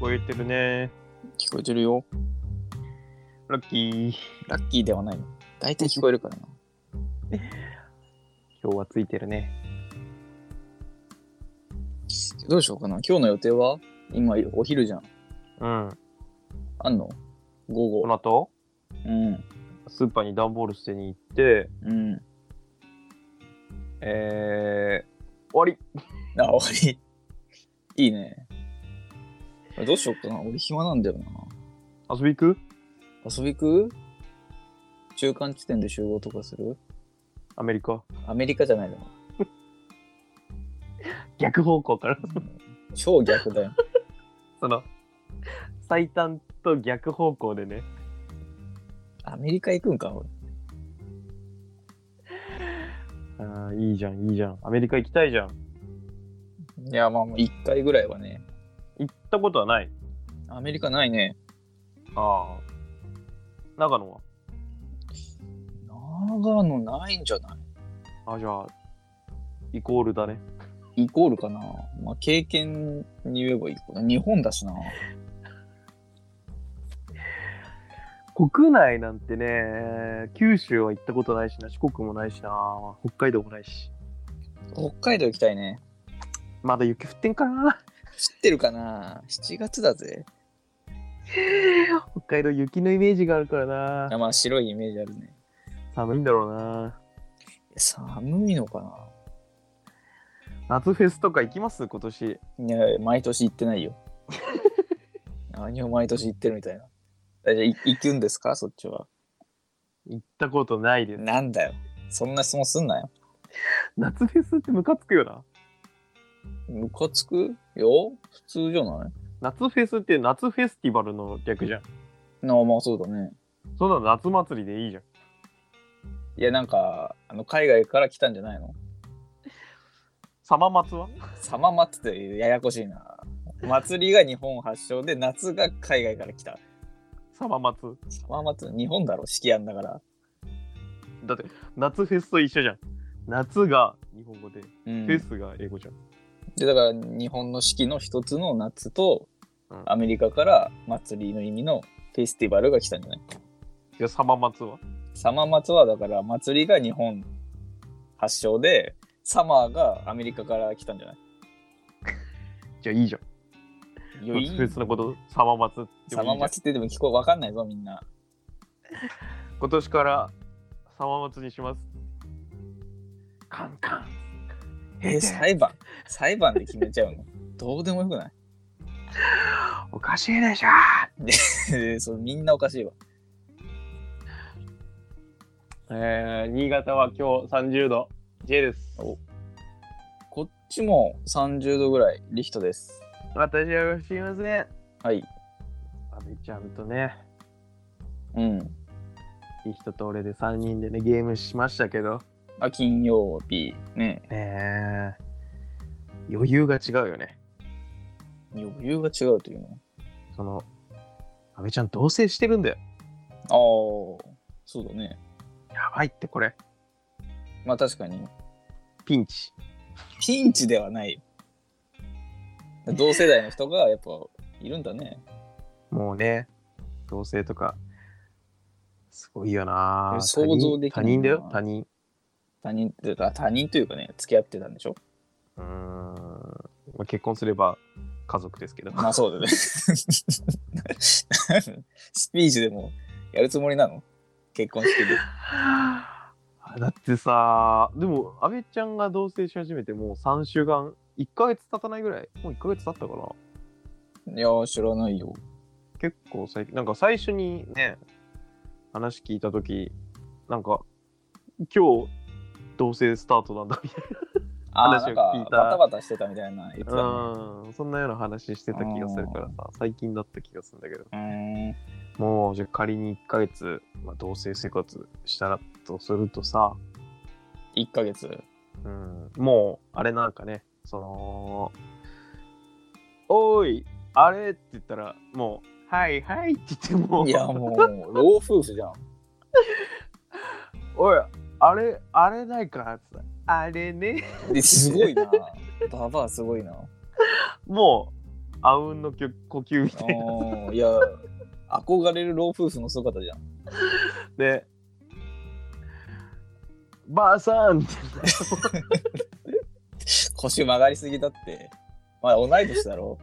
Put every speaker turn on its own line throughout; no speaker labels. こえてるね。
聞こえてるよ。
ラッキー。
ラッキーではないの。大体聞こえるからな。
今日はついてるね。
どうしようかな。今日の予定は今、お昼じゃん。
うん。
あんの
こ
午後。
の後、
うん。
スーパーに段ボール捨てに行って、
うん。
えー、終わ
あ、終わり。いいね。どうしようかな。俺暇なんだよな。
り遊び行く
遊び行く中間地点で集合とかする
アメリカ。
アメリカじゃないだろ。
逆方向から。
超逆 だよ。
その、最短と逆方向でね。
アメリカ行くんか、俺。
ああ、いいじゃん、いいじゃん。アメリカ行きたいじゃん。
いや、まあ、もう1回ぐらいはね。
行ったことはない。
アメリカないね。
ああ。長野は
長野ないんじゃない
あ、じゃあ、イコールだね。
イコールかな。まあ、経験に言えばいいかな。日本だしな。
国内なんてね、九州は行ったことないしな、四国もないしな、北海道もないし。
北海道行きたいね。
まだ雪降ってんかな
知ってるかな ?7 月だぜ。
北海道雪のイメージがあるからな。
あまあ、白いイメージあるね。
寒いんだろうな。
寒いのかな
夏フェスとか行きます今年。
いや、毎年行ってないよ。何を毎年行ってるみたいな。あじゃあ、い行くんですかそっちは。
行ったことないです。
なんだよ。そんな質問すんなよ。
夏フェスってムカつくよな。
ムカつくよ普通じゃない
夏フェスって夏フェスティバルの略じゃん。
なあ、まあそうだね。
そんなの夏祭りでいいじゃん。
いや、なんか、あの海外から来たんじゃないの
サマ松は
サママってややこしいな。祭りが日本発祥で、夏が海外から来た。
サマ松。
サママって日本だろ、式やんだから。
だって夏フェスと一緒じゃん。夏が日本語で、
うん、
フェスが英語じゃん。
でだから日本の四季の一つの夏と
うん
アメリカから祭りの意味のフェスティバルが来たんじゃない
じゃあサマ松は
サマー松はだから祭りが日本発祥でサマーがアメリカから来たんじゃない
じゃあいいじゃん。
いやい
夏
い
フェスのこと、サマ松って
サ
もい
マ
いじゃん。
祭って言っても聞こえわかんないぞみんな
今年からサマ松にします。カンカン。
えー裁判裁判で決めちゃうのどうでもよくない
おかしいでしょ。
えーそうみんなおかしいわ
えー、新潟は今日30度。J です。
おこっちも30度ぐらいリヒトです
私はすいません。
はい
阿部ちゃんとね、
うん
いい人と俺で3人でね、ゲームしましたけど、
あ金曜日ね
ねえ余裕が違うよね。
余裕が違うというの
その、阿部ちゃん同棲してるんだよ。
ああ、そうだね。
やばいってこれ、
まあ確かに、
ピンチ。
ピンチではないよ。同世代の人がやっぱいるんだね。
もうね、同性とか、すごいよなぁ。
想像できな
他
いな
人だよ、他人。
他人というか、他人というかね、付き合ってたんでしょ
うーん。まあ、結婚すれば家族です けど。
まあそうだね。スピーチでもやるつもりなの結婚式で。
だってさ、でも、阿部ちゃんが同棲し始めてもう3週間、1ヶ月経たないぐらい、もう1ヶ月経ったかな。
いやー、知らないよ。
結構最近、なんか最初にね、話聞いたとき、なんか、今日、同棲スタートなんだみたい
ああ、
話
な
を
ん
聞い
か
た
バタバタしてたみたいな言ってた
な、
ね。
うん、そんなような話してた気がするからさ、最近だった気がするんだけど。
うーん。
もうじゃあ仮に1ヶ月、まあ、同棲生活したらとするとさ、
1ヶ月。
うん、もうあれなんかねその「おいあれ?」って言ったらもう「はいはい」って言ってもう
いや、もう、老夫婦じゃん。
おいあれあれないか?」って言 ったらあれね
ですごいな。ババアすごいな。
もうあうんの呼吸みたいな。
あーいや、憧れる老夫婦の姿じゃん。
で、ばあさんって
腰曲がりすぎだって。まあ、同い年だろ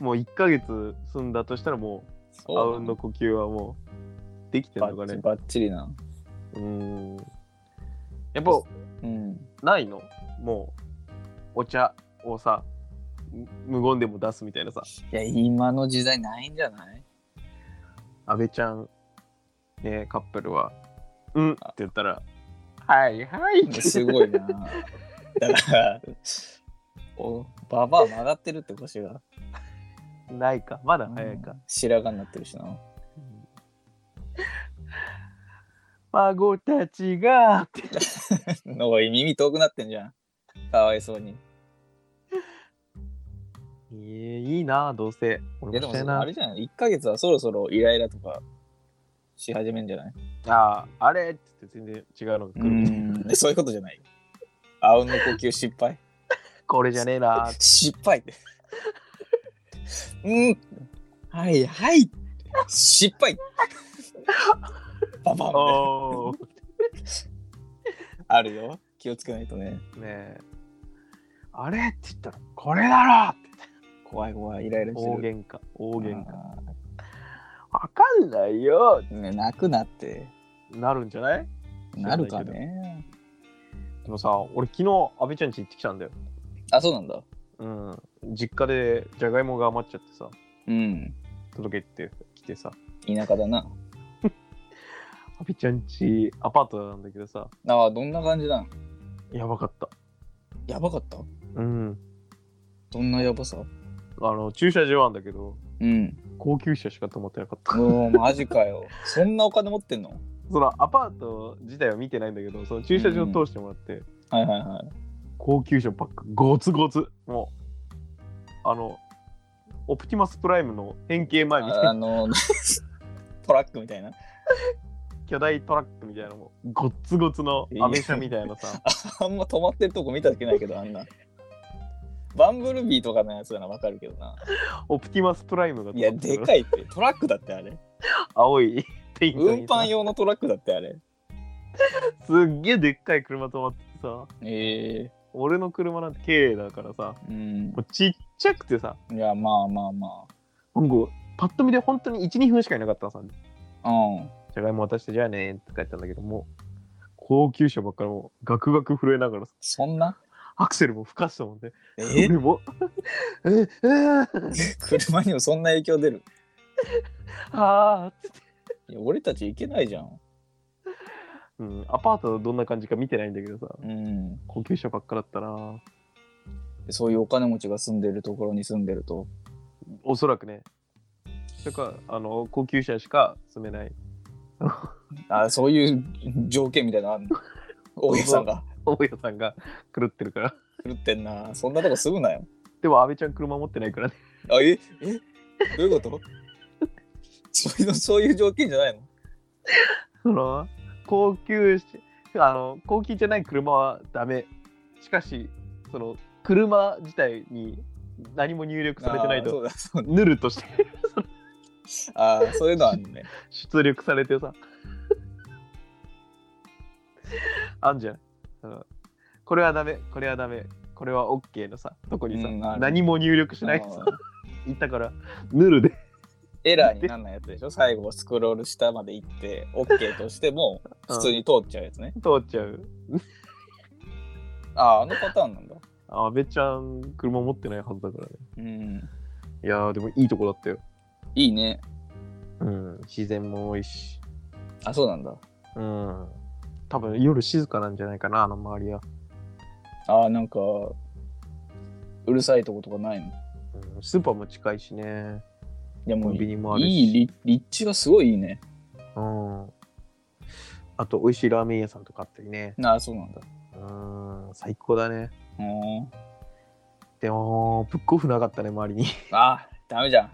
う。
もう1ヶ月済んだとしたらもう、あ
そう
うんの呼吸はもう、できてるのか
バッチ
ね。
バッチリな。
うーん。やっぱ、
うん。
ないのもう、お茶をさ、む無言でも出すみたいなさ、
いや、今の時代ないんじゃない
安倍ちゃん、ね、カップルは、うんって言ったら、はいはいって
すごいな。 だから、おババア曲がってるって腰が。
ないか、まだ早いか
うん。。白髪になってるしな。
孫たちがって
おい、耳遠くなってんじゃん。かわいそうに。
いえいいなどうせ
い
俺も
や、で
し
も
たい
そ
な
のあれじゃない ?1 ヶ月はそろそろイライラとかし始めんじゃない
あああれっつって全然違うのが来るみたいな
うん そういうことじゃない。あうんの呼吸失敗。
これじゃねえな
失敗って。 うん。はいはい。失 敗。ババンね
おー
あるよ。気をつけないとね。
ねえあれって言ったらこれだろって
怖い怖い。イライラして
大
る。
喧嘩大喧嘩
あ
わかんないよ
ーね泣くなって。
なるんじゃない
なるか
知らな
ね。
でもさ俺昨日阿部ちゃん家行ってきたんだよ
あ、そうなんだ。
うん実家でじゃがいもが余っちゃってさ
うん。
届けてきてさ
田舎だな。
阿部ちゃん家アパートなんだけどさ
ああ、どんな感じなん
やばかった
やばかった
うん
どんなやばさ
あの駐車場なんだけど
うん。
高級車しか止まってなかった
おーマジかよ。そんなお金持ってんの
そのアパート自体は見てないんだけどその駐車場を通してもらって、
はいはいはい。
高級車ばっかゴツゴツもうあのオプティマスプライムの変形前みたい
ああ
な
の、 トラックみたいな。
巨大トラックみたいなのもうゴッツゴツのアメ車みたいな さ
あんま止まってるとこ見ただけないけど、あんな。バンブルビーとかのやつならわかるけどな。
オプティマスプライムが
いや、で
い
かいって。トラックだってあれ。
青いペイント
運
にさ
搬用のトラックだってあれ。
すっげえでっかい車止まっててさ
え
俺の車なんて軽だからさ
えう
もうちっちゃくてさ
ん。いや、まあまあま
なんかパッと見で本当に12分しかいなかったのさ
あ。うん。
じゃがいも渡してじゃあねーって書いてたんだけどもう高級車ばっかりもうガクガク震えながらさ
そんな
アクセルも吹かしたもんね。
え
俺もええー、
車にもそんな影響出る。
あーって、
いや、俺たち行けないじゃん。
うん、アパートどんな感じか見てないんだけどさ
うん。
高級車ばっかだったな
そういうお金持ちが住んでるところに住んでると。
おそらくねそれかあの高級車しか住めない
あそういう条件みたいなの あんの。大家さんが。
大家さんが 狂ってるから
狂ってんな。そんなとこ住むなよ。
でも阿部ちゃん車持ってないからね
あええどういうことそういうのそういう条件じゃないの
その高級しあの高級じゃない車はダメしかしその車自体に何も入力されてない
あーそ
と
うだそうだ
ヌルとして
あーそういうのあるね
出力されてさあんじゃんそのこれはダメこれはダメこれは OK のさとこにさ、
うんある
何も入力しない
あ
さ
ー
いったからヌルで
エラーになんないやつでしょ最後スクロール下まで行って OK としても普通に通っちゃうやつね、
通っちゃう
あああのパターンなんだ
阿部ちゃん車持ってないはずだからね
うん
いやーでもいいとこだったよ、
いいね
うん、自然も多いし
あそうなんだ
うん。多分夜静かなんじゃないかな、あの周りは。
あーなんかうるさいとことかないの
うん、スーパーも近いしね。
いやも
コ
う
ンビ
い
ニもあるし。
い立立地がすごいいいね
うん。あと、美味しいラーメン屋さんとかあったりね。
ああそうなんだ
うん、最高だね。
うん
でも、ブックオフなかったね、周りに。
あーダメじゃん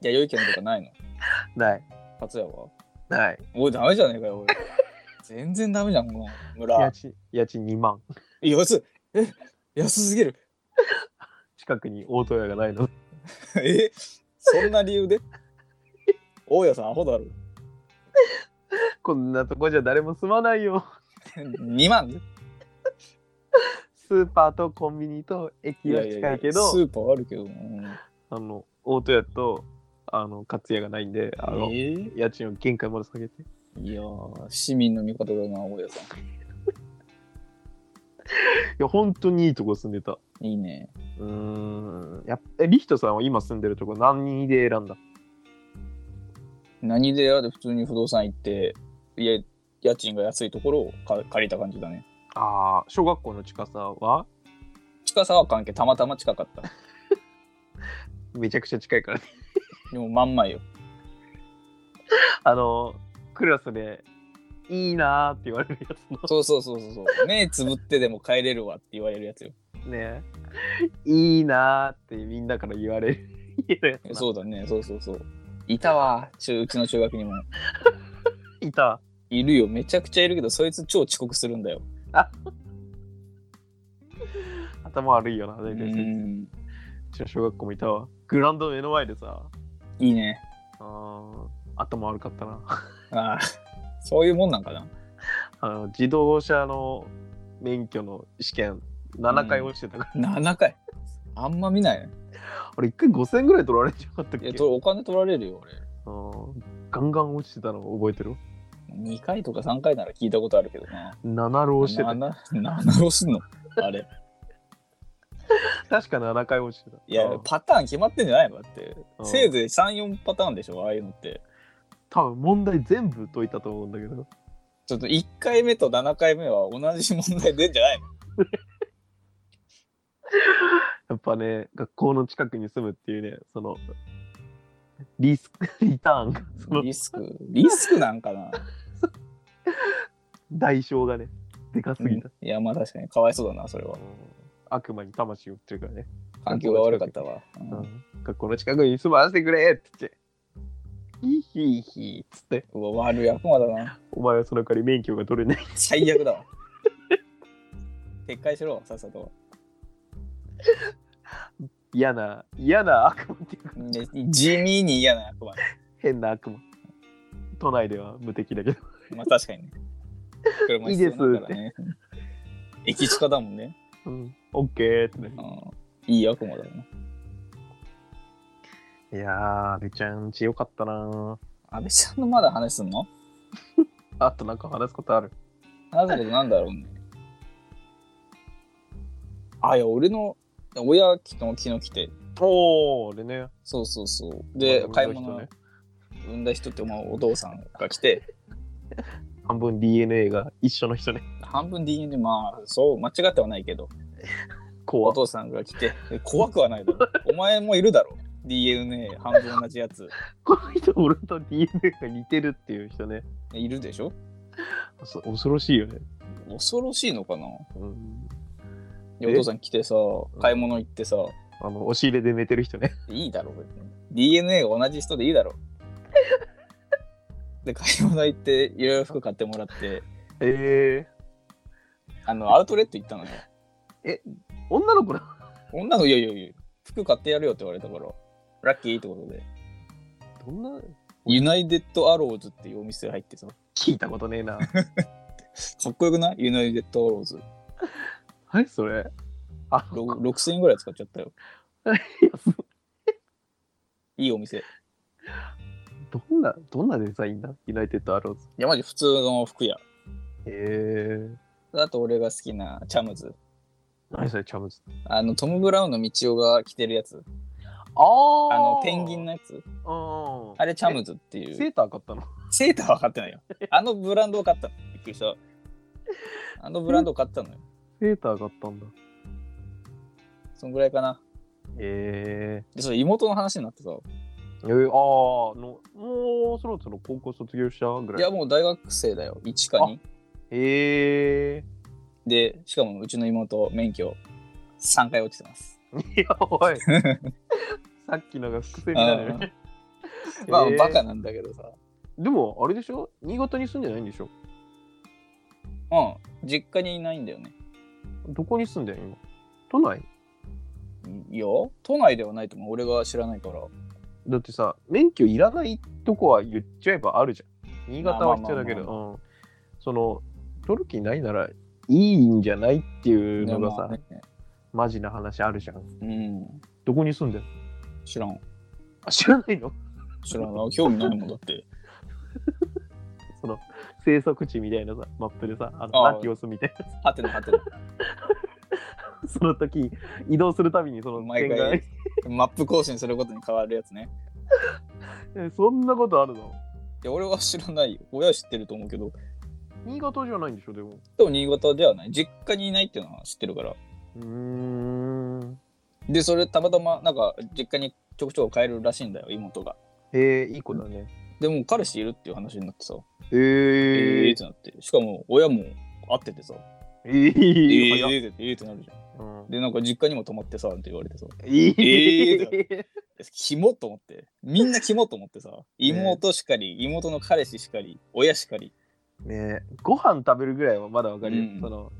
弥生県とかないの
ない。
勝也は
ない。
おい、ダメじゃねえかよ、おい。全然ダメじゃん、この
家
村。
賃、家賃2万。
安いえ、安すぎる。
近くに大戸屋がないの。
えそんな理由で大家さんアホだろ。
こんなとこじゃ誰も住まないよ。
2万で
スーパーとコンビニと駅は近いけど、
スーパーあるけど。うん
あの大戸屋とあの勝屋がないんで、あの
えー
家賃を限界まで下げて。
いやー、市民の味方だな、大家さ
いや、本当にいいとこ住んでた。
ん。いいね。
うーん。やっえ、リヒトさんは今住んでるとこ何で選んだ
何でやで普通に不動産行って、家、家賃が安いところをか借りた感じだね。
ああ、小学校の近さは
近さは関係、たまたま近かった。
めちゃくちゃ近いからね。
でもまんまよ。
あの、クラスで、いいなーって言われるやつの。
そうそうそうそうそう。目つぶってでも帰れるわって言われるやつよ。
ねいいなーってみんなから言われる 言えるやつな
そうだね、そうそうそう。いたわ、中うちの中学にも。
いた
いるよ、めちゃくちゃいるけど、そいつ超遅刻するんだよ。
頭悪いよな
う
大体そいつ
ん。
うちの小学校もいたわグラウンドの目の前でさ
いいね。
あー頭悪かったな
ああ、そういうもんなんかな。
あの自動車の免許の試験7回落ちてたから、
7回。あんま見ないね。
あれ1回5000円ぐらい取られちゃなかったっ
い
け
や、とお金取られるよ、俺。
うんガンガン落ちてたの覚えてる
2回とか3回なら聞いたことあるけどな。
7浪してた
なな何をすんのあれ。
確か7回落ちてた
いや
うん、
パターン決まってんじゃないのだって。
うん
せいぜい3、4パターンでしょ、ああいうのって。
多分問題全部解いたと思うんだけど
ちょっと1回目と7回目は同じ問題出んじゃないの
やっぱね、学校の近くに住むっていうね、その、リスク、 リターンが、その
リスク。リスクなんかな。
代償がね、でかすぎた。
いや、まあ確かにかわいそうだな、それは
あ。の悪魔に魂を売ってるからね、
環境が悪かったわ。う
うんん学校の近くに住まわせてくれって言って、ヒーヒーヒーっつって、
うわ、悪い悪魔だな。
お前はその代わり免許が取れない。
最悪だわ。 撤回しろ、さっさと。
嫌な、嫌な悪魔っていうか、
ね地味に嫌な悪魔。
変な悪魔。都内では無敵だけど。
まあ確かにね。車必要だからね。駅近だもんね。
うん、オッケーってね。
うんいい悪魔だよな。
いやー、めちゃんちよかったな
安倍ちゃんのまだ話すんの
あとなんか話すことある
話すことなんだろうね。あ、いや、俺の親、昨日、昨日来て。
おー、でね。
そうそうそう。で、買い物、
ね。
産んだ人って、まあ、お父さんが来て、
半分 DNA が一緒の人 ね。
半分 DNA、まあ、そう、間違ってはないけど、お
怖
父さんが来て、え怖くはないだろ。お前もいるだろ。DNA 半分同じやつ。
この人、俺と DNA が似てるっていう人ね。
いるでしょ
そ恐ろしいよね。
恐ろしいのかな
うん、
でお
え
父さん来てさ買い物行ってさ
あの押し入れで寝てる人ね。
いいだろ別に DNA が同じ人でいいだろで買い物行っていろいろ服買ってもらって
え
あのアウトレット行ったのよ
ー、女の子だ。
女のいやいやいや服買ってやるよって言われたからラッキーってことで
どんな
ユナイテッドアローズっていうお店入ってさか
聞いたことねえな。
っこよくないユナイテッドアローズ
はい、それ。あ、
ろ6000円ぐらい使っちゃったよ
いやそう
いいお店い
どんな、どんなデザインだユナイテッドアローズ。
やマジ普通の服屋
えー、
あと俺が好きなチャムズ
何それ、チャムズ。
あのトム・ブラウンの道夫が着てるやつ
ああ
あのペンギンのやつ
の。
あれチャムズってい
え
う
セーター買ったの
セーターは買ってないよあのブランドを買ったのびっくりしたあのブランドを買ったのよ
セーター買ったんだ。
そんぐらいかな
えー。
でそれ妹の話になってさ
えー、ああのもうそろそろ高校卒業したぐらい
いやもう大学生だよ1か2
へえ
でしかもうちの妹免許3回落ちてます
ー、いやばい さっきのが伏線になるよね
まあ、
えー
バカなんだけどさ
でもあれでしょ新潟に住んでないんでしょ
うん実家にいないんだよね
どこに住んでんの今都内
いいや都内ではないと思う俺が知らないから
だってさ免許いらないとこは言っちゃえばあるじゃん新潟は必要だけど
ま
うんその取る気ないならいいんじゃないっていうのがさ、
まあね
マジな話あるじゃん
うん
どこに住んでる
知らん
あ知らないの
知らん興味ないもんだって
その生息地みたいなさマップでさあの
あー
何キ様子みたいな
はてなはてな
その時移動するたびにその
毎
点が
回マップ更新することに変わるやつね
えそんなことあるの
いや俺は知らないよ親は知ってると思うけど
新潟じゃないんでしょでも
でも新潟ではない実家にいないっていうのは知ってるから
うーん
でそれたまたまなんか実家にちょくちょく帰るらしいんだよ妹が
へえいい子だね
でも彼氏いるっていう話になってさえ
へ
え
え
ってなってしかも親も会っててさ
ええ
え
い
え
い
ええってええってなるじゃんでなんか実家にも泊まってさって言われてさ
ええ
キモと思ってみんなキモと思ってさ妹しかり妹の彼氏しかり親しかり
ねえご飯食べるぐらいはまだわかるよ、
うん
その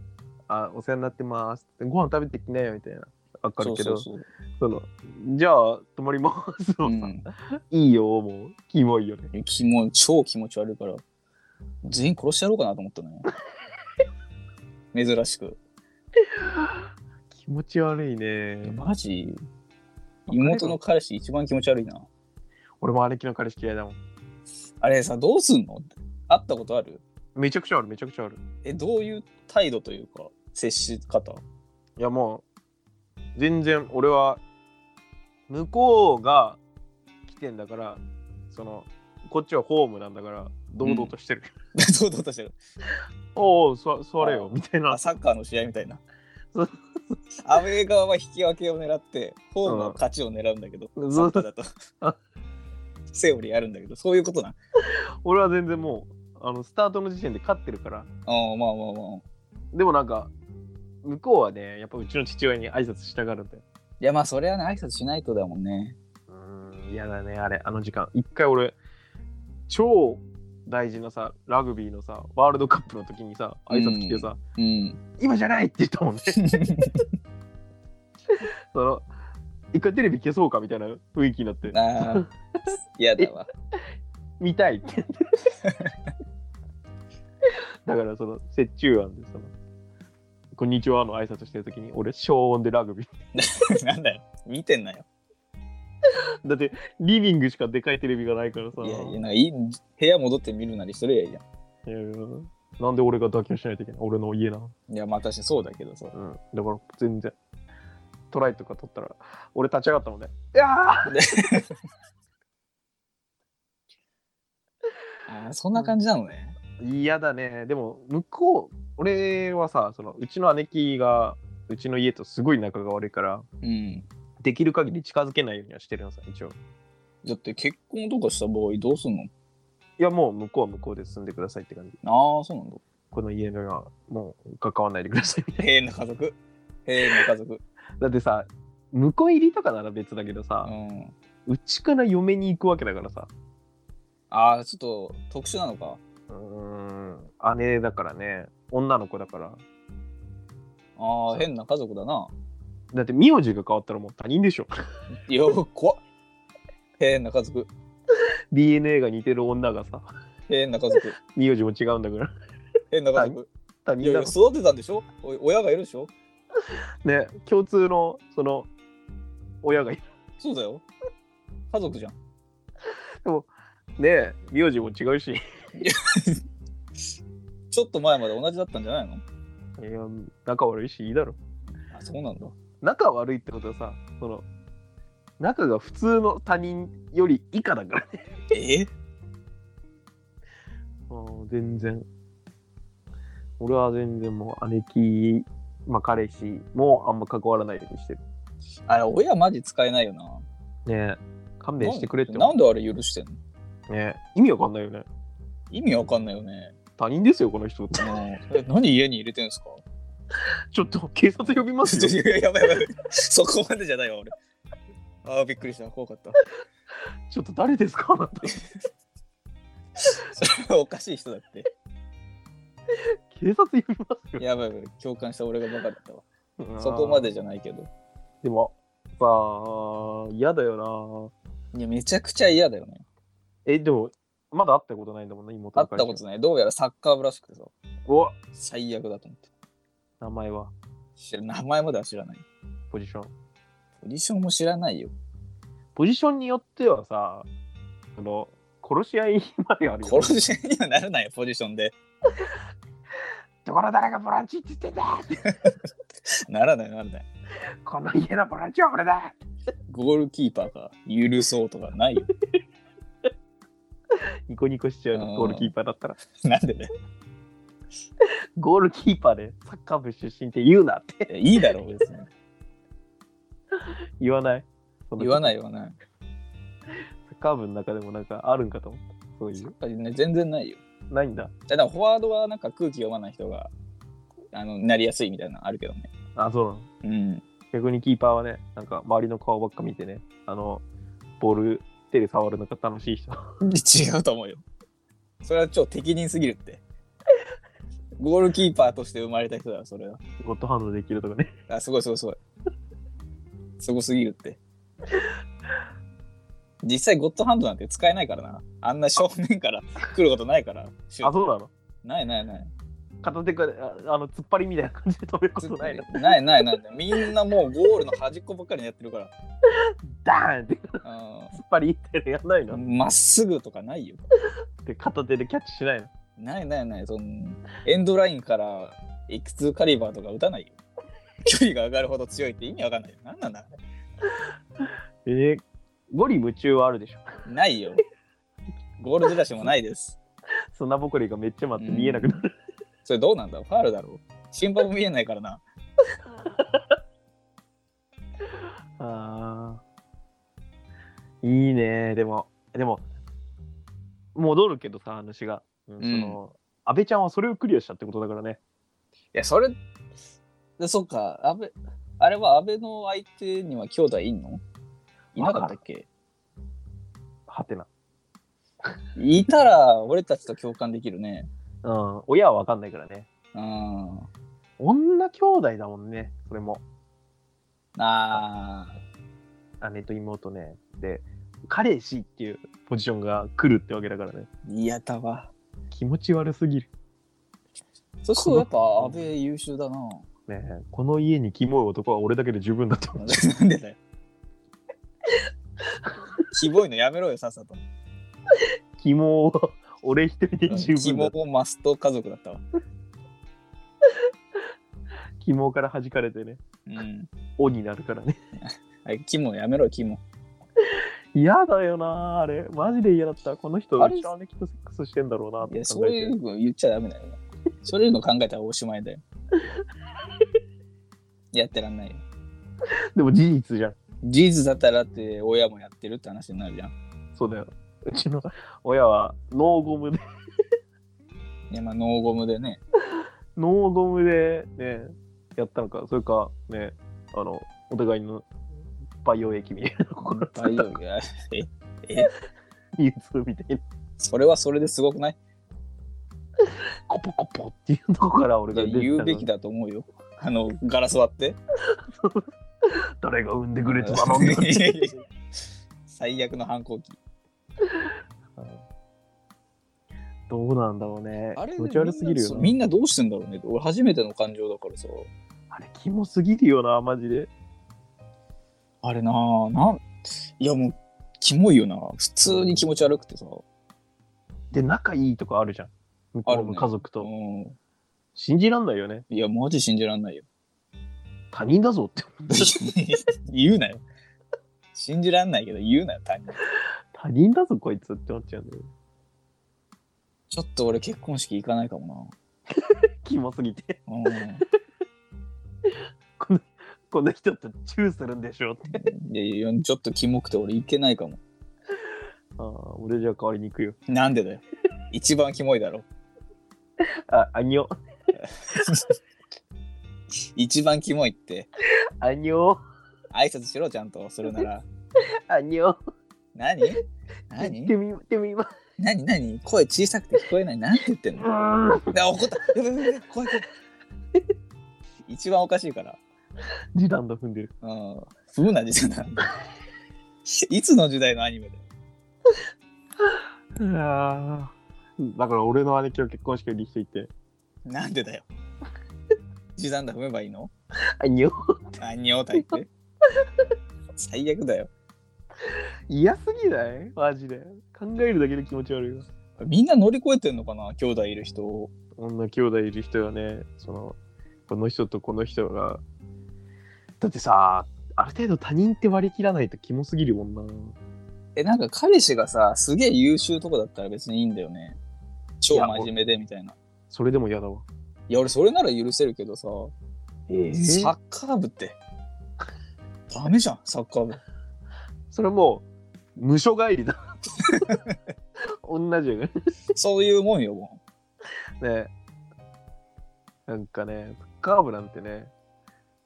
あお世話になってますご飯食べてきなよみたいなわかるけどそ
そうそう
のじゃあ泊まります
そう、
の
う
さ、
ん、
いいよもうキモいよね
キモい超気持ち悪いから全員殺してやろうかなと思った ね珍しく
気持ち悪いね
マジ妹の彼氏一番気持ち悪いな
俺も姉貴の彼氏嫌いだもん
あれさどうすんの会ったことある
めちゃくちゃあるめちゃくちゃある
えどういう態度というか接し方
いやもう全然俺は向こうが来てんだからそのこっちはホームなんだから堂々としてる、
どうどうとしてる
おうおうそ座れよみたいな
あサッカーの試合みたいな
そう
アウェー側は引き分けを狙ってホームは勝ちを狙うんだけど、
うん
サッカーだと
あ
セオリーあるんだけどそういうことな
俺は全然もうあのスタートの時点で勝ってるから
あーまあまあまあ
でもなんか向こうはねやっぱうちの父親に挨拶したがるんだよ
いやまあそれはね挨拶しないとだもんね
うーん嫌だねあれあの時間一回俺超大事なさラグビーのさワールドカップの時にさ挨拶来てさ、
うん
今じゃないって言ったもんねその一回テレビ消そうかみたいな雰囲気になって
ああ嫌だ わ
見 たいって言ってだからその折衷案でその「こんにちは」の挨拶してる時に俺小音でラグビー
なんだよ見てんなよ
だってリビングしかでかいテレビがないからさ
いやいやなんかいい部屋戻って見るなりすればいいじゃ
いやいやなんで俺が妥協しないといけない俺の家なの、
んいやまあ私そうだけどさ
うん、だから全然トライとか取ったら俺立ち上がったもんねいや
あーそんな感じなのね、
ー嫌だねでも向こう俺はさそのうちの姉貴がうちの家とすごい仲が悪いから
うん。
できる限り近づけないようにはしてるのさ一応
だって結婚とかした場合どうすんの
いやもう向こうは向こうで住んでくださいって感じ
ああ、そうなんだ。
この家にはもう関わんないでくださいみたい
平な家族。平な家族。
なだってさ婿入りとかなら別だけど
う
さ、
ん。
うちから嫁に行くわけだからさ
ああ、ちょっと特殊なのか。
うーん姉だからね女の子だから
ああ、変な家族だな。
だって名字が変わったらもう他人でしょ
いや、怖っ。平な家族。
DNA が似てる女がさ
平な家族。
名字も違うんだから
変な家族。
他
い
人
やいや、
だろ
育てたんでしょお親がいるでしょ
ね共通のその親がいる
そうだよ。家族じゃん。
ね名字も違うしい
ちょっと前まで同じだったんじゃないの
や仲悪いしいいだろ
あそうなんだ。
仲悪いってことはさその仲が普通の他人より以下だからね
ええ
うん全然俺は全然もう姉貴まあ彼氏もあんま関わらないようにしてる
あれ、親マジ使えないよな。
ね勘弁してくれって
な
思
んであれ許してんの
うね意味わかんないよね
意味わかんないよね。
他人ですよこの人って
うんえ何家に入れてんすか
ちょっと警察呼びます よ。
いややばいやばい。 そこまでじゃないわ、俺。ああ、びっくりした。怖かった。
ちょっと誰です かあなた。
それは おかしい人だって。
警察呼びますよ。
やばいやばい。共感した俺がバカだったわ。そこまでじゃないけど。
でも、さ、嫌だよ
いや、めちゃくちゃ嫌だよね。
な。え、でも、まだ会ったことないんだもんね、妹
会っ
の彼
た
氏
ことない。どうやらサッカー部らしくてさ、
お
最悪だと思って。
名前は、
知ら名前までは知らない。
ポジション。
ポジションも知らないよ。
ポジションによってはさ、その、殺し合いまであるよね。
殺し合いにはならないよ、ポジションで。
ところ誰がボランチって言ってんだ
ならない、ならない。
この家のボランチは俺だ
ゴールキーパーが許そうとかないよ。
ニコニコしちゃうの、
うん
ゴールキーパーだったら。
なんでだよ。
ゴールキーパーでサッカー部出身って言うなって
いや いいだろ、別に。
言わない。そん
言わ
い。
ない、言わない。
サッカー部の中でもなんかあるんかと思った。そうい
やっ
う。
ぱりね、全然ないよ。
ないんだ。
ただ、フォワードはなんか空気読まない人が、あの、なりやすいみたいなのあるけどね。
あ、そうなの。
うん。
逆にキーパーはね、なんか周りの顔ばっか見てね、あの、ボール手で触るのが楽しい人。
違うと思うよ。それは超適任すぎる って。ゴールキーパーとして生まれた人だよ、それは。
ゴッドハンドできるとかね。
あ、すごいすごいすごい。すごすぎるって。実際、ゴッドハンドなんて使えないからな。あんな正面から来ることないから。シュー
あ、そ
ト
うなの
ないないない。
片手からああの突っ張りみたいな感じで飛べることないの。
ないないない。みんなもうゴールの端っこばっかりやってるから。
ダーンって
あ
突っ張りってやんない
ー
の
まっすぐとかないよ。
で片手でキャッチしないの
ないないない。そのエンドラインから X2 カリバーとか打たないよ。距離が上がるほど強いって意味わかんないよ。なんなんだ
えー、ゴリ夢中はあるでしょ。
ないよ。ゴールずらしもないです。
砂ぼこりがめっちゃ待って見えなくなる。
それどうなんだろうファールだろう審判も見えないからな。
あーいいね、でも、でも、戻るけどさ、話が。うんその、安倍ちゃんはそれをクリアしたってことだからね。
いや、それ、でそっか、安倍、あれは安倍の相手には兄弟いんのいなかったっけ
はてな。
いたら俺たちと共感できるね。
うん、親は分かんないからね。
うん。
女兄弟だもんね、それも。
あー
姉と妹ね。で、彼氏っていうポジションが来るってわけだからね。
嫌だわ。
気持ち悪すぎる。
そしたらやっぱ安倍優秀だな。
ねえこの家にキモい男は俺だけで十分だと思う。
なんでだ よ。キモいのやめろよ、さっさと。
キモは俺一人で十
キ
分だ
モ。もマスト家族だったわ。
キモから弾かれてね、
うん。
おになるからね。
はい、キモやめろ、キモ。
嫌だよな、あれ。マジで嫌だった。この人、
あれ
うちはねきっとセックスしてんだろうなっ
い
て
や、
考
そう
えて。
いうの言っちゃダメ だよ。そういうの考えたらおしまいだよ。やってらんないよ。
でも事実じゃん。
事実だったらだって親もやってるって話になるじゃん。
そうだよ。うちの親はノーゴムで、
いや、まあ、ノーゴムでね。
ノーゴムでね、やったのか、それかね、あの、お互いの培養液みたいなのを使
大
っ
丈
た
夫いやえ、え、
ニュ ースみたいな、
それはそれですごくない
コポコポっていうとこから俺
い
が
や
出て
言うべ
き
きだと思うよ。あの、ガラス割って。
た誰が産んでくれと頼 んだ
最悪の反抗期。
どうなんだろうね。
あれ
気持ち悪すぎるよな。
みんなどうしてんだろうね。俺初めての感情だからさ。
あれ、キモすぎるよな、マジで。
あれなあなん、いやもう、キモいよな。普通に気持ち悪くてさ。
で、仲いいとかあるじゃん。向こ
あ
う
る
の
ね
家族
う
と。
ん。
信じらんないよね。
いや、マジ信じらんないよ。
他人だぞって。
言うなよ。信じらんないけど言うなよ、他人。
他人だぞ、こいつって思っちゃうんだよね。
ちょっと俺結婚式行かないかも
キモすぎて。
な。うん。
この人とチューするんでしょって。
いやいやちょっとキモくて俺行けないかも。
ああ、俺じゃあ代わりに行くよ。
なんでだよ。一番キモいだろ。
あ、あにょ。
一番キモいって。
あにょ。
挨拶しろ、ちゃんと。するなら。
あにょ。
何
行
何
ってみ、行ってみます。
何何声小さくて聞こえない。なんて言ってん
う
の
ーん
あ怒った。やべやべやべ怖い怖い。一番おかしいから。
時短度踏んでる。
うん。不運な時代だ。いつの時代のアニメだよ。
あーだから俺の姉貴は結婚式を離していて。
なんでだよ。時短だ踏めばいいの
あ、にょ
あにょーたいって。最悪だよ。
嫌すぎないマジで。考えるだけで気持ち悪いわ。
みんな乗り越えてんのかな兄弟いる人。
女兄弟いる人はね、その、この人とこの人が。だってさ、ある程度他人って割り切らないとキモすぎるもんな。
え、なんか彼氏がさ、すげえ優秀とかだったら別にいいんだよね。超真面目でみたいな。い
それでも嫌だわ。
や、俺それなら許せるけどさ、
え
サッカー部って。ダメじゃん、サッカー部。
それもう、無所帰り だ。同じよね。
そういうもんよ、も
ねなんかね、サッカー部なんてね、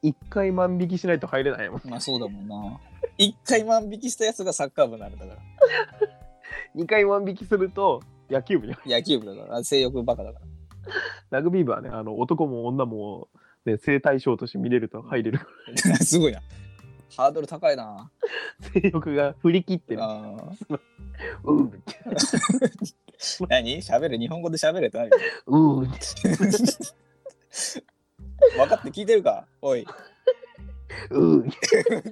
一回万引きしないと入れないもん。
う。まあそうだもんな。一回万引きしたやつがサッカー部なんだから。
二回万引きすると、野球部に入る
野球部だから、あ性欲バカだから。
ラグビー部はね、あの男も女も、ね、性対象として見れると入れる。
すごいな。ハードル高いな。
性欲が振り切ってる。
あー
うんって、
何喋る日本語で喋れって何
うんって。
分かって聞いてるかおい。
うんって、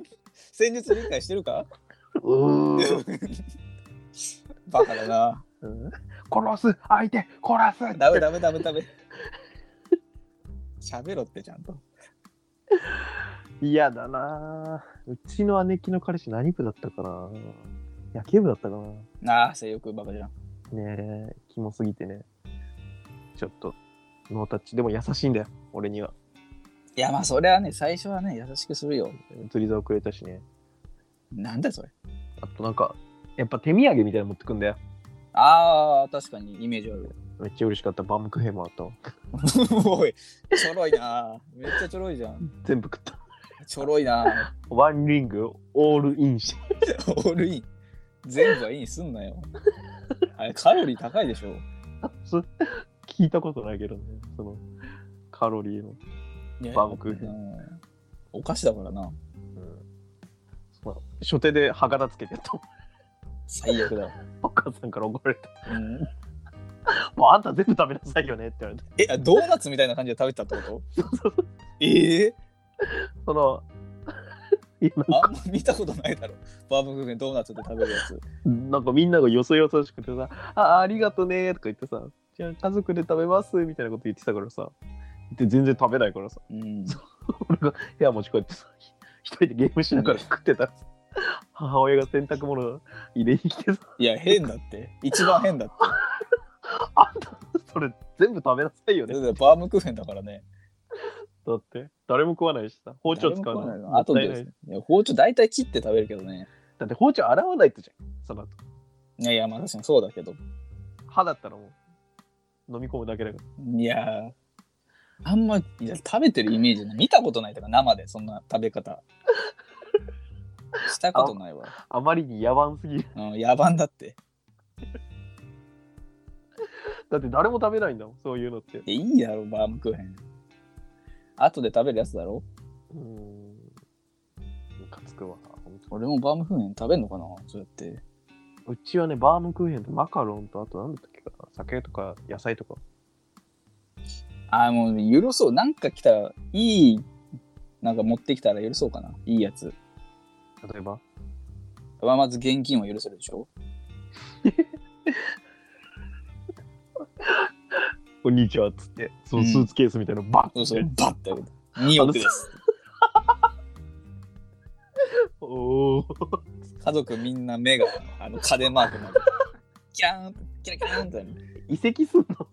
戦術理解してるか
うんって。
バカだな。
殺す相手殺すって
ダメダメダメダメ。喋ろってちゃんと。
嫌だなぁうちの姉貴の彼氏何部だったかな野球部だったかな
なあ、性欲バカじゃん。
ねえ、キモすぎてね。ちょっと、ノータッチ。でも優しいんだよ、俺には。
いやまあそれはね、最初はね、優しくするよ。
釣り竿くれたしね。
なんだそれ。
あとなんか、やっぱ手土産みたいなの持ってくんだよ。
ああ、確かにイメージある。
めっちゃ嬉しかった。バームクーヘンもらったわ
おい、ちょろいな。めっちゃちょろいじゃん。
全部食った。
ちょろ いな。
ワンリング、オールインして。
オールイン。全部はいいにすんなよ。あれ、カロリー高いでしょ。
そ 聞いたことないけどね。その、カロリーの。
いや
バームクーヘン
うんお菓子だからな。
まあ、初手で歯型つけてやった。
最悪だ わ。
お母さんから怒られた。
うん
もうあんた全部食べなさいよねって言われて。
え、あドーナツみたいな感じで食べてたってことええ
その、 いやなんか
あんま見たことないだろ。バームクーヘンドーナツで食べるやつ。
なんかみんながよそよそしくてさ、あありがとねとか言ってさ、じゃあ家族で食べますみたいなこと言ってたからさ、で全然食べないからさ、
うん。
俺が部屋持ち帰ってさ、一人でゲームしながら食ってたらさ、母親が洗濯物入れに来てさ、
いや、変だって。一番変だって。
あんた それ全部食べなさいよ
だ
ね
ってバームクーヘンだからね。
だって、誰も食わないしさ、包丁使う
誰も食
の。
わないあと
もったい
で
ない、
いや包丁大体切って食べるけどね。
だって包丁洗わないとじゃん、その後。
いやいや、まあ確かにそうだけど。
歯だったらもう、飲み込むだけだから。
いやーあんまいや食べてるイメージない見たことないとか生でそんな食べ方したことないわ、
あまりに野蛮すぎる。
うん、野蛮だって
だって誰も食べないんだもん、そういうのって。
いやいいだろバームクーヘン後で食べるやつだろ
うーん。ムカつくわ。本当
俺もバームクーヘン食べんのかなそうやって
うちはね、バームクーヘンとマカロンと、あと何だったっけかな。酒とか野菜とか。
あーもう許そうなんか来たらいいなんか持ってきたら許そうかないいやつ
例えば。
まあまず現金は許せるでしょ
こんにちはっつって、そ
のスー
ツケースみたいなのバ
そうそうバッて開けて2億です
おお。
家族みんな目があの金マークになるキャーンキラキャーンってなる
移籍すんの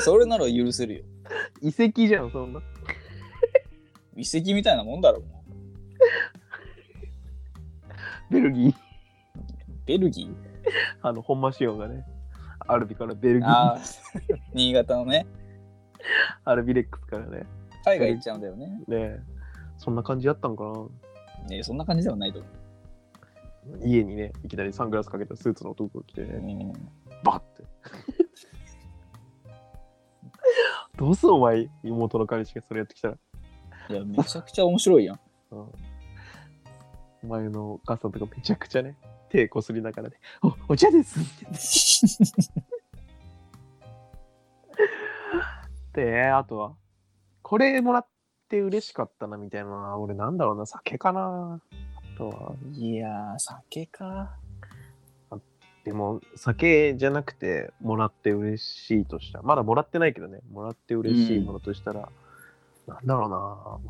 それなら許せるよ。
移籍じゃん、そんな。
遺跡みたいなもんだろ。もう
ベルギー。
ベルギー
あの、本間仕様がね。アルビからベルギー。
ああ、 新潟のね、
アルビレックスからね。
海外行っちゃうんだよね。
ねえそんな感じだったのか
ねそんな感じではないと思
な家にね、いきなりサングラスかけたスーツの男が来てね、
う。うん
バッて。どうすんのお前、妹の彼氏がそれやってきたら。
いや、めちゃくちゃ面白いやん。
うんお前のお母さんとかめちゃくちゃね、手こすりながらね、お、お茶ですって言って、あとは、これもらって嬉しかったなみたいな、俺なんだろうな、酒かな。あとは、
いやー、酒か。
でも酒じゃなくてもらって嬉しいとしたらまだもらってないけどねもらって嬉しいものとしたら、なんだろうな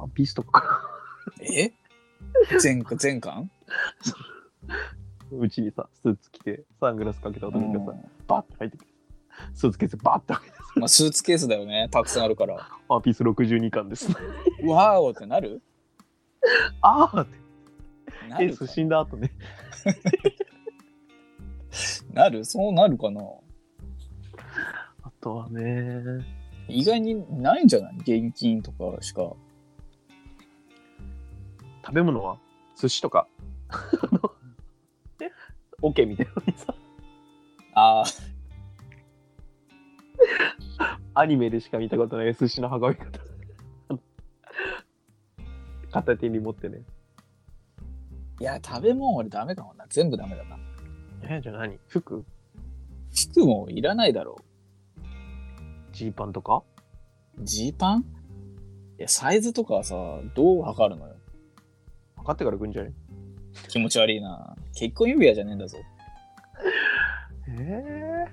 ワンピースとかか
え全巻全巻
なうちにさスーツ着てサングラスかけた
う
男
ん
がさ、バッて入ってきてスーツケースバッて開けて
まあ、スーツケースだよね。たくさんあるから。
ワンピース62巻 です
わーおってなる
ああって
な
ケ
る
ー
か
ス死んだ後ね
なるそうなるかな
あとはね
意外にないんじゃない現金とかしか。
食べ物は寿司とか あのねオケみたいなのにさ
ああ、
アニメでしか見たことない寿司の運び方。片手に持ってね。
いや、食べ物俺ダメかもな。全部ダメだな。
え、じゃあ何服
服もいらないだろ
ジーパンとか
う。ジーパンいや、サイズとかさ、どう測るのよ。
測ってから来んじゃね
気持ち悪いな。結婚指輪じゃねえんだぞ。
え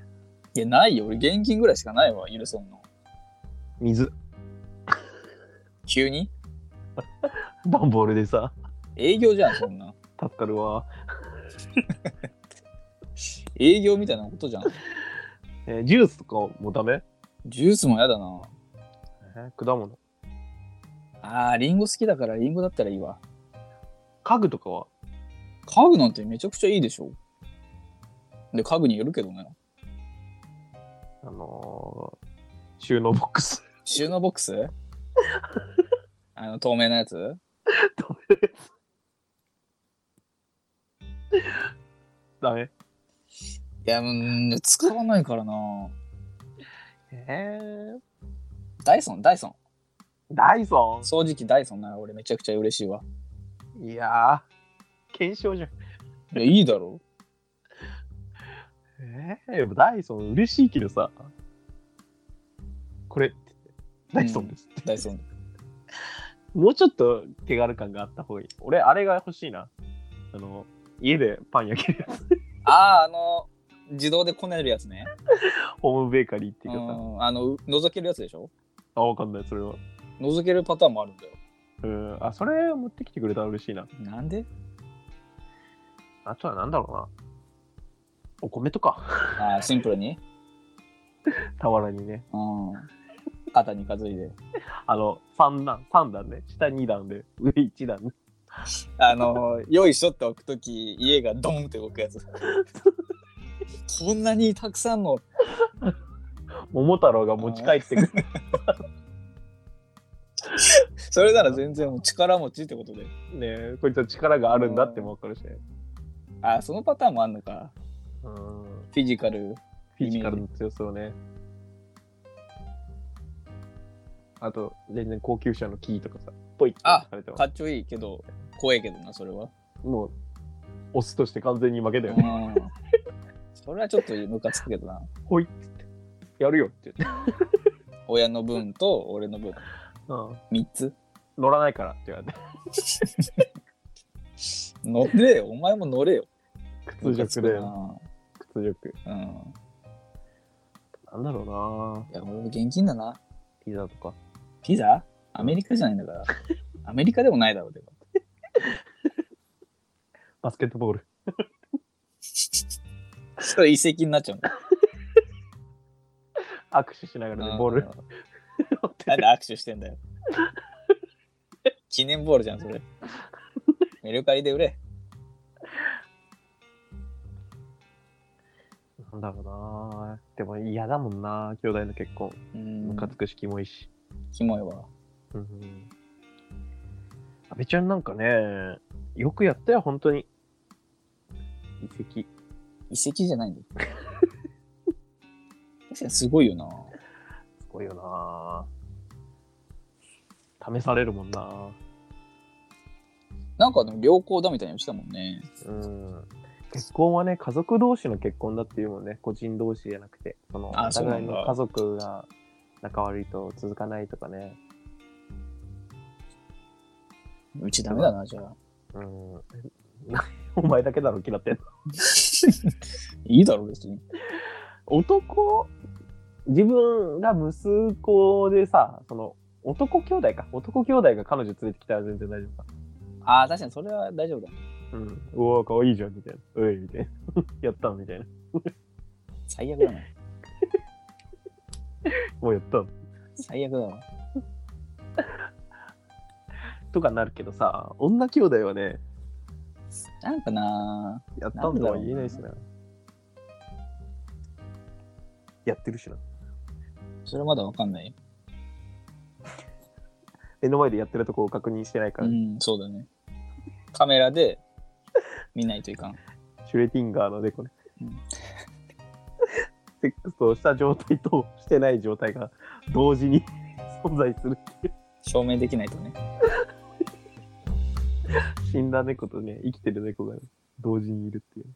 いや、ないよ。俺、現金ぐらいしかないわ。許せんの。
水。
急に
段ボールでさ、
営業じゃん、そんな。
助かるわ。
営業みたいなことじゃん。
えージュースとかもダメ、
ジュースもやだな。
えー果物。
あー、リンゴ好きだからリンゴだったらいいわ。
家具とかは
家具なんてめちゃくちゃいいでしょ。で、家具によるけどね。
あのー収納ボックス。
収納ボックスあの、透明なやつ
ダメ
いや、うん、使わないからな。
えー
ダイソン、ダイソン。
ダイソ
掃除機ダイソンなら俺めちゃくちゃ嬉しいわ。
ンいやー、検証じゃん。
いや、いいだろ
えー、やっぱダイソン嬉しいけどさ、これ、ダイソンですって。
ダイソン。
もうちょっと手軽感があった方がいい。俺、あれが欲しいな。あの、家でパン焼けるやつ。
ああ、あの、自動でこねるやつね。
ホームベーカリーって
う
いうかさ。
ん、あの、う覗けるやつでしょ
あ、わかんない、それは。
覗けるパターンもあるんだよ。
うん。あ、それを持ってきてくれたら嬉しいな。
なんで
あとはなんだろうな。お米とか。
ああ、シンプルに。
俵にね。
うん。肩に担いで。
あの、三段、三段ね。下二段で、上一段ね。
あの、よいしょって置くとき、家がドンって置くやつ。こんなにたくさんの。
桃太郎が持ち帰ってくる。
それなら全然もう力持ちってことで。
ねえこいつは力があるんだってもわかるしね。
ああ、そのパターンもあんのか。
うん。フ
フィジカル。
ィジカルの強さをね。あと、全然高級車のキーとかさ、ポイって
あ
されてます
か。っちょいいけど、怖いけどな、それは。
もう、オスとして完全に負けだ
う
よね。
ん。それはちょっとムカつくけどな。
ほいっつって、やるよって言って。
親の分と俺の分、
うん、
3つ。
乗らないからって言われて、
乗れ よ、お前も乗れよ。
屈辱だよ、
よ。
屈辱。
うん。
なんだろう
いや、俺も現金だな。
なピザとか。
ピザアメリカじゃないん だから。アメリカでもないだろうけど。
バスケットボール。
それ遺跡になっちゃうんだ。
握手しながらね、ボール
うん。
持って
なんで握手してんだ よ。記念ボールじゃん、それ。メルカリで売れ。
なんだろうなでも嫌だもんな兄弟の結婚。
うん
ムカつくし、キモいし。
キモいわ。
うん。阿部ちゃんなんかね、よくやったよ、本当に。遺跡。
遺跡じゃないんだよ。確かにすごいよな。
すごいよな試されるもんな。
なんかでも良好だみたいに言ってたもんね。
うん。結婚はね、家族同士の結婚だっていうもんね、個人同士じゃなくて、その、お
あそうな
互い
んだ
の家族が仲悪いと続かないとかね。
うちダメだな、じゃあ。
うん。 お前だけだろ、嫌ってんの。
いいだろ、別に。
男自分が息子でさ、その、男兄弟か。男兄弟が彼女連れてきたら全然大丈夫か。
ああ、確かにそれは大丈夫だね。
うん。うわ、可愛いじゃん、みたいな。うい、みたいな。 やったみたいな。
最悪だな。
もうやった
最悪だわ。
とかなるけどさ、女兄弟はね、
なんかな
やったんとは言えないしな。やってるしな。
それはまだわかんない。
目の前でやってるとこを確認してないか
う
ら、
ん、そうだね。カメラで見ないといかん。
シュレティンガーの猫ね。
うん
セックスをした状態としてない状態が同時に 存在する。
証明できないとね。
死んだ猫とね、生きてる猫が同時にいるっていう。